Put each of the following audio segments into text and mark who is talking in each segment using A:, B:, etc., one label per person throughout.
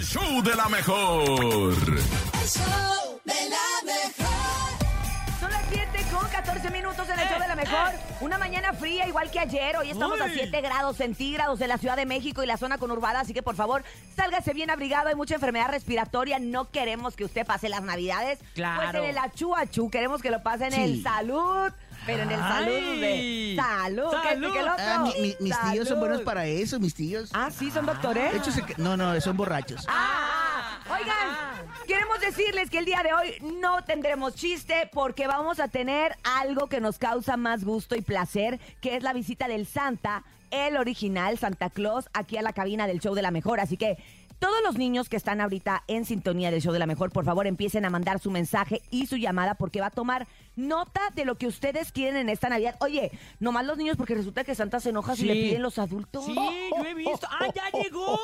A: show de la mejor.
B: El show de la mejor.
C: Son las 7 con 14 minutos en el show de la mejor. Una mañana fría, igual que ayer. Hoy estamos a
D: Uy.
C: 7 grados centígrados en la Ciudad de México y la zona conurbada. Así que, por favor, sálgase bien abrigado. Hay mucha enfermedad respiratoria. No queremos que usted pase las Navidades.
D: Claro.
C: Pues en el achú achú. Queremos que lo pase en
E: Sí.
C: el salud. Pero en el salud de
D: Ay.
C: salud. que este, que el otro.
E: Ah, mi- mi- mis tíos son buenos
C: Salud.
E: para eso, mis tíos.
C: Ah, sí, son doctores.
E: De hecho, se que- no, no, son borrachos.
C: Ah, oigan, queremos decirles que el día de hoy no tendremos chiste porque vamos a tener algo que nos causa más gusto y placer, que es la visita del Santa, el original Santa Claus, aquí a la cabina del show de la mejor. Así que todos los niños que están ahorita en sintonía del show de la mejor, por favor empiecen a mandar su mensaje y su llamada porque va a tomar nota de lo que ustedes quieren en esta Navidad. Oye, nomás los niños porque resulta que Santa se enoja si
D: Sí.
C: le piden los adultos.
D: Sí, yo he visto. ¡Ah, ya llegó!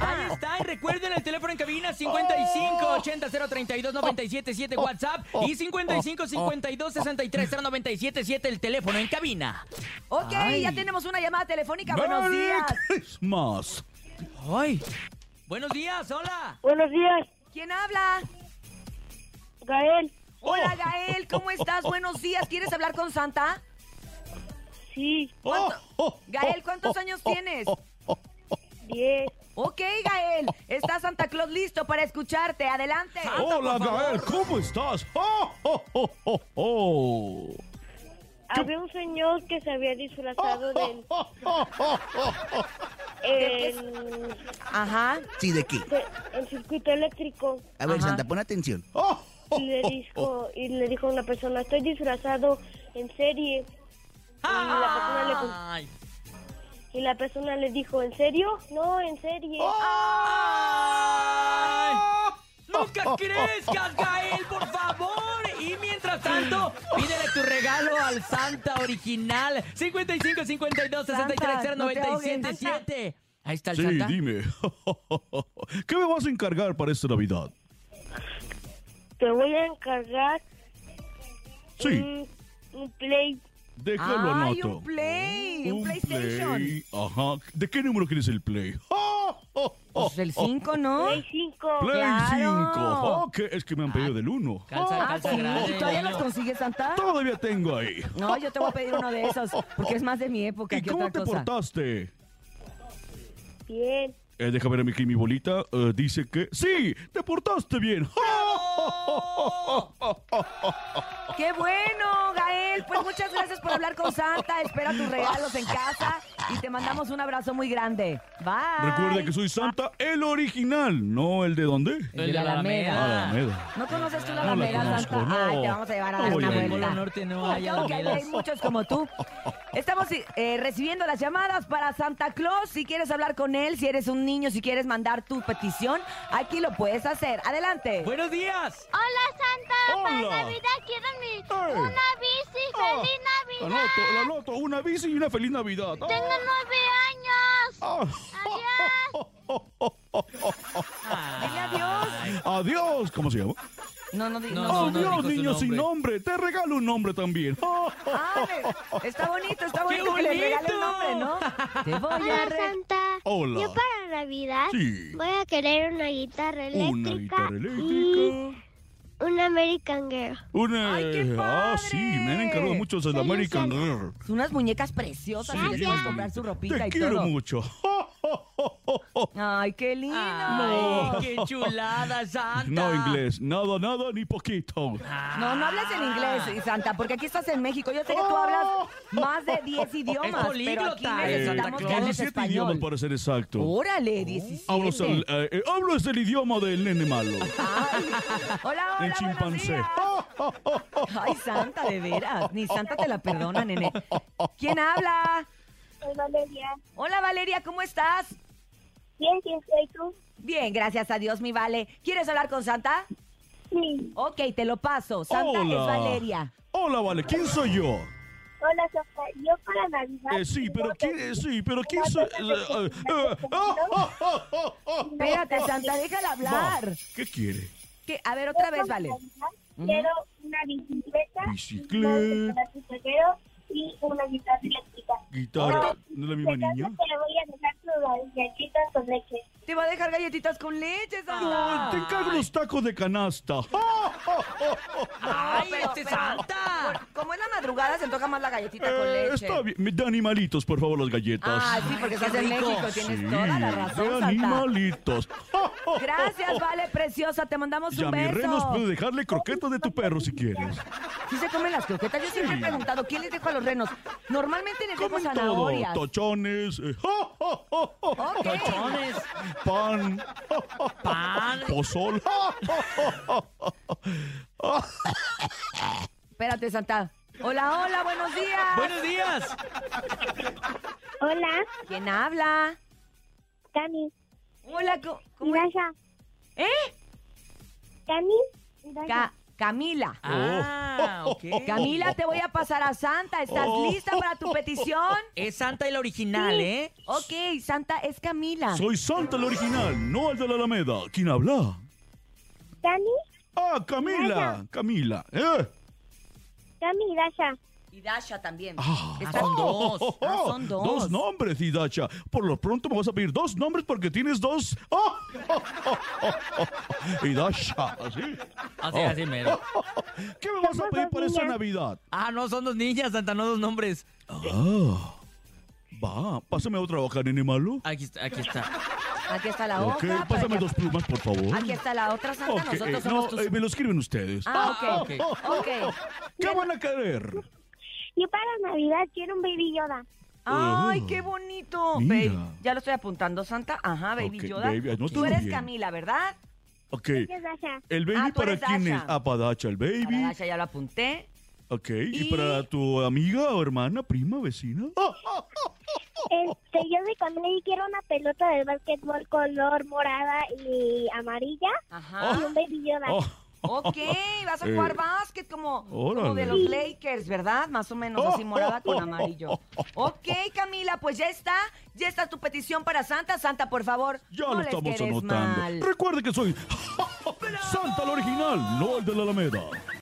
D: Ahí está. Y recuerden el teléfono en cabina 55 80 032 97 7 WhatsApp y 55 52 63 097 7 el teléfono en cabina.
C: Ok,
E: Ay.
C: ya tenemos una llamada telefónica. Buenos días.
E: Más.
D: ¡Ay! Buenos días, hola.
F: Buenos días,
C: ¿Quién habla?
F: Gael.
C: Hola,
G: Oh.
C: Gael, ¿cómo estás? Buenos días. ¿Quieres hablar con Santa?
F: Sí,
C: ¿Cuánto- Gael, ¿cuántos años tienes?
F: 10.
C: Ok, Gael, está Santa Claus listo para escucharte. Adelante.
G: Hola Gael, ¿cómo estás? ¡Oh, oh, oh, oh, oh!
F: Había un señor que se había disfrazado de... oh, En,
C: Ajá.
E: Sí, ¿de qué?
F: de- en circuito eléctrico
E: A ver,
C: Ajá.
E: Santa, pon atención.
G: ¡Oh, oh,
F: y le dijo y le dijo a una persona estoy disfrazado en serie
D: ¡Ay!
F: y la persona le dijo ¿en serio? No, en serie.
D: ¡Ay! ¡Nunca crezcas, Gael, por favor! Y mientras tanto, pídele tu regalo al Santa original. 55 52 63 0 97 7. Ahí está el
G: Sí,
D: Santa.
G: dime. ¿Qué me vas a encargar para esta Navidad?
F: Te voy a encargar
G: Sí,
F: un, un play
G: ¿de qué lo
C: Ay,
G: anoto?
C: un Play, un,
G: Un
C: PlayStation.
G: Play, Ajá. ¿De qué número quieres el Play? ¡Oh, oh, oh,
C: Pues el
G: oh!
C: 5, ¿no?
F: Play 5.
G: Play
C: Claro.
G: 5. Ok, es que me han pedido del 1.
D: Calza,
C: Ah,
D: calza
C: sí.
D: grande.
C: ¿Y todavía los consigues, Santa?
G: Todavía tengo ahí.
C: No, yo te voy a pedir uno de esos, porque es más de mi época
G: ¿Y
C: que
G: cómo
C: otra
G: te
C: cosa.
G: portaste?
F: Bien.
G: Eh, deja ver a mi, aquí mi bolita. eh, dice que... ¡Sí! ¡Te portaste bien!
C: ¡Qué bueno, Gael! Pues muchas gracias por hablar con Santa. Espera tus regalos en casa y te mandamos un abrazo muy grande. Bye.
G: Recuerda que soy Santa, el original, no el de dónde.
D: El de la Alameda.
G: Ah, Alameda.
C: ¿No conoces tú
G: No
C: la
G: la
C: Alameda,
G: conozco,
C: Santa?
G: no.
C: Ay, te vamos a llevar a
G: No
C: dar
G: voy
C: una
G: a ir.
C: vuelta.
D: En el Polo Norte no hay
C: Claro que ahí hay
D: alamedas.
C: muchos como tú. Estamos eh, recibiendo las llamadas para Santa Claus. Si quieres hablar con él, si eres un niño, si quieres mandar tu petición, aquí lo puedes hacer. Adelante.
D: Buenos días.
H: Hola Santa,
G: Hola. Oh.
H: para Navidad quiero mi,
G: Ey.
H: una bici, feliz
G: La
H: Navidad.
G: loto, la loto, una bici y una feliz Navidad. Ah,
H: Tengo nueve años.
G: ah.
H: Adiós.
C: Dile adiós.
G: ah, Adiós, ¿cómo se llama?
C: No, no, di- no.
D: No, no,
G: Adiós,
D: dijo su
G: niño sin nombre. Te regalo un nombre también. Ah,
C: Ay, está bonito, está bonito, que le
D: bonito!
C: regale el nombre, ¿no? Te voy a
H: Hola
C: re-
H: Santa.
G: Hola.
H: Yo para Navidad
G: Sí.
H: voy a querer una guitarra eléctrica,
G: Una guitarra
H: y
G: eléctrica.
H: un American Girl.
G: Una.
C: ¡Ay, qué
G: ah, sí, me han encargado
C: padre!
G: muchos de
H: Soy
G: American.
H: Santa.
G: Girl.
C: Unas muñecas preciosas y les puedes
H: Gracias.
C: comprar su ropita
G: Te
C: y
G: quiero
C: todo.
G: mucho. Ah,
C: Ay, qué lindo.
D: Ah, Ay, qué chulada, Santa.
G: No inglés, nada, nada, ni poquito.
C: No, no hables en
G: Ah.
C: inglés, Santa, porque aquí estás en México. Yo sé
G: Oh.
C: que tú hablas más de 10 idiomas, pero aquí
D: políglota, eh, Santa
C: necesitamos
D: Claus.
C: que hables
G: 17 idiomas Oh.
C: español.
G: para ser exacto.
C: Órale, 17.
G: Hablo, es el, eh, eh, hablo es el idioma del nene malo.
C: Ay, Hola,
G: El
C: hola, buenos
G: chimpancé.
C: días. Ay, Santa, de veras. Ni Santa te la perdona, nene. ¿Quién habla?
F: Soy Valeria.
C: Hola, Valeria, ¿cómo estás?
F: Bien, ¿quién soy tú?
C: Bien, gracias a Dios, mi Vale. ¿Quieres hablar con Santa?
F: Sí.
C: Ok, te lo paso. Santa
G: Hola.
C: es Valeria.
G: Hola, vale, ¿quién soy yo?
F: Hola, Sofía. Yo para Navidad.
G: Eh, sí, pero ¿quién, eh, sí, pero ¿quién soy? Eh, eh, ah, ah, ah, ah, ah.
C: Espérate, Santa, déjala
G: eh, Va,
C: hablar.
G: ¿Qué quiere?
C: ¿Qué? A ver, otra vez, Vale.
F: Quiero una bicicleta,
G: Bicicleta.
F: un patinetero y una guitarra eléctrica.
G: Guitarra. ¿No es la misma niña?
F: Entonces te voy a dejar tu galletita con leche.
C: Te va a dejar galletitas con leche, Santa.
G: No, te encargo los tacos de canasta.
D: ¡Ay,
C: pero-
D: este
C: pero-
D: Santa!
C: por- como es la madrugada, se antoja más la galletita con
G: Eh,
C: leche.
G: está bien. Me- De animalitos, por favor, las galletas.
C: Ah, sí, porque
D: Ay, qué
C: estás en
D: rico.
C: México, tienes toda la razón,
G: de
C: Santa.
G: animalitos.
C: Gracias, Vale, preciosa, te mandamos
G: Y a
C: un
G: mis renos
C: beso.
G: puedes dejarle croquetas de tu perro si quieres.
C: ¿Sí se comen las croquetas? Yo siempre he preguntado, ¿quién les dejo a los renos? Normalmente les dejo
G: Comen todo.
C: zanahorias.
G: Tochones, eh, jo, jo, jo, jo,
C: Ok.
D: Tachones,
G: pan, jo, jo,
D: pan.
G: pozol. jo, jo, jo, jo.
C: Espérate, Santa. Hola, hola, buenos días.
D: Buenos días.
F: Hola,
C: ¿Quién habla?
F: Cami.
C: Hola, co- ¿cómo es?
F: Gracias.
C: ¿Eh?
F: Cami.
C: Ca-
G: Oh.
C: Camila.
D: Ah, ok.
C: Camila, te voy a pasar a Santa. ¿Estás
G: Oh.
C: lista para tu petición?
D: Es Santa el original, ¿eh?
C: Ok, Santa es Camila.
G: Soy Santa el original, no el de la Alameda. ¿Quién habla?
F: Cami.
G: Ah, Camila. Camila. ¿Eh?
F: Cami, Dasha.
C: Y Dasha también.
G: Ah,
C: Está-
D: son dos.
C: Ah, son dos.
G: Dos nombres, Hidacha. Por lo pronto me vas a pedir dos nombres porque tienes dos. ¡Ah! Hidacha, así.
D: Así, así mero.
G: ¿Qué me vas a
F: Somos
G: pedir
F: dos
G: para esta
F: niñas.
G: Navidad?
D: Ah, no, son dos niñas, Santa, no dos nombres.
G: Ah. Va, pásame otra hoja, nene malo.
D: Aquí está, aquí está.
C: Aquí está la
G: Ah. Ok,
C: otra. para
G: pásame
C: que-
G: dos plumas, por favor.
C: Aquí está la otra, Santa.
G: Ok,
C: Nosotros
G: eh,
C: somos
G: no,
C: tus...
G: eh, me lo escriben ustedes.
C: Ah, ok.
D: Ah,
C: Ok.
G: ¿Qué van a querer?
F: Yo para Navidad quiero un baby Yoda.
C: Ay,
G: Oh.
C: qué bonito.
G: Mira.
C: Babe, ya lo estoy apuntando, Santa. Ajá, Baby
G: Ok,
C: Yoda.
G: baby, no,
C: Tú
G: estuvo
C: eres
G: bien.
C: Camila, ¿verdad?
G: Ok.
F: Gracias, Dasha.
G: ¿El baby
C: Ah, tú
G: para
C: eres
G: quién
C: Dasha.
G: es? Ah, para Dasha, el baby.
C: Para Dasha ya lo apunté.
G: Ok, ¿y,
C: Y-
G: para tu amiga o hermana, prima, vecina? Ah,
F: Este, yo de Camila y quiero una pelota de básquetbol color morada y amarilla
C: Ajá.
F: y un baby Yoda.
G: ah,
C: Ok, vas a
G: Eh,
C: jugar básquet como, como de
G: órale.
C: los Lakers, ¿verdad? Más o menos, así morada con amarillo. Ok, Camila, pues ya está. Ya está tu petición para Santa. Santa, por favor,
G: ya
C: no
G: lo
C: les
G: estamos
C: quedes
G: anotando.
C: mal.
G: Recuerde que soy Santa la original, no el de la Alameda.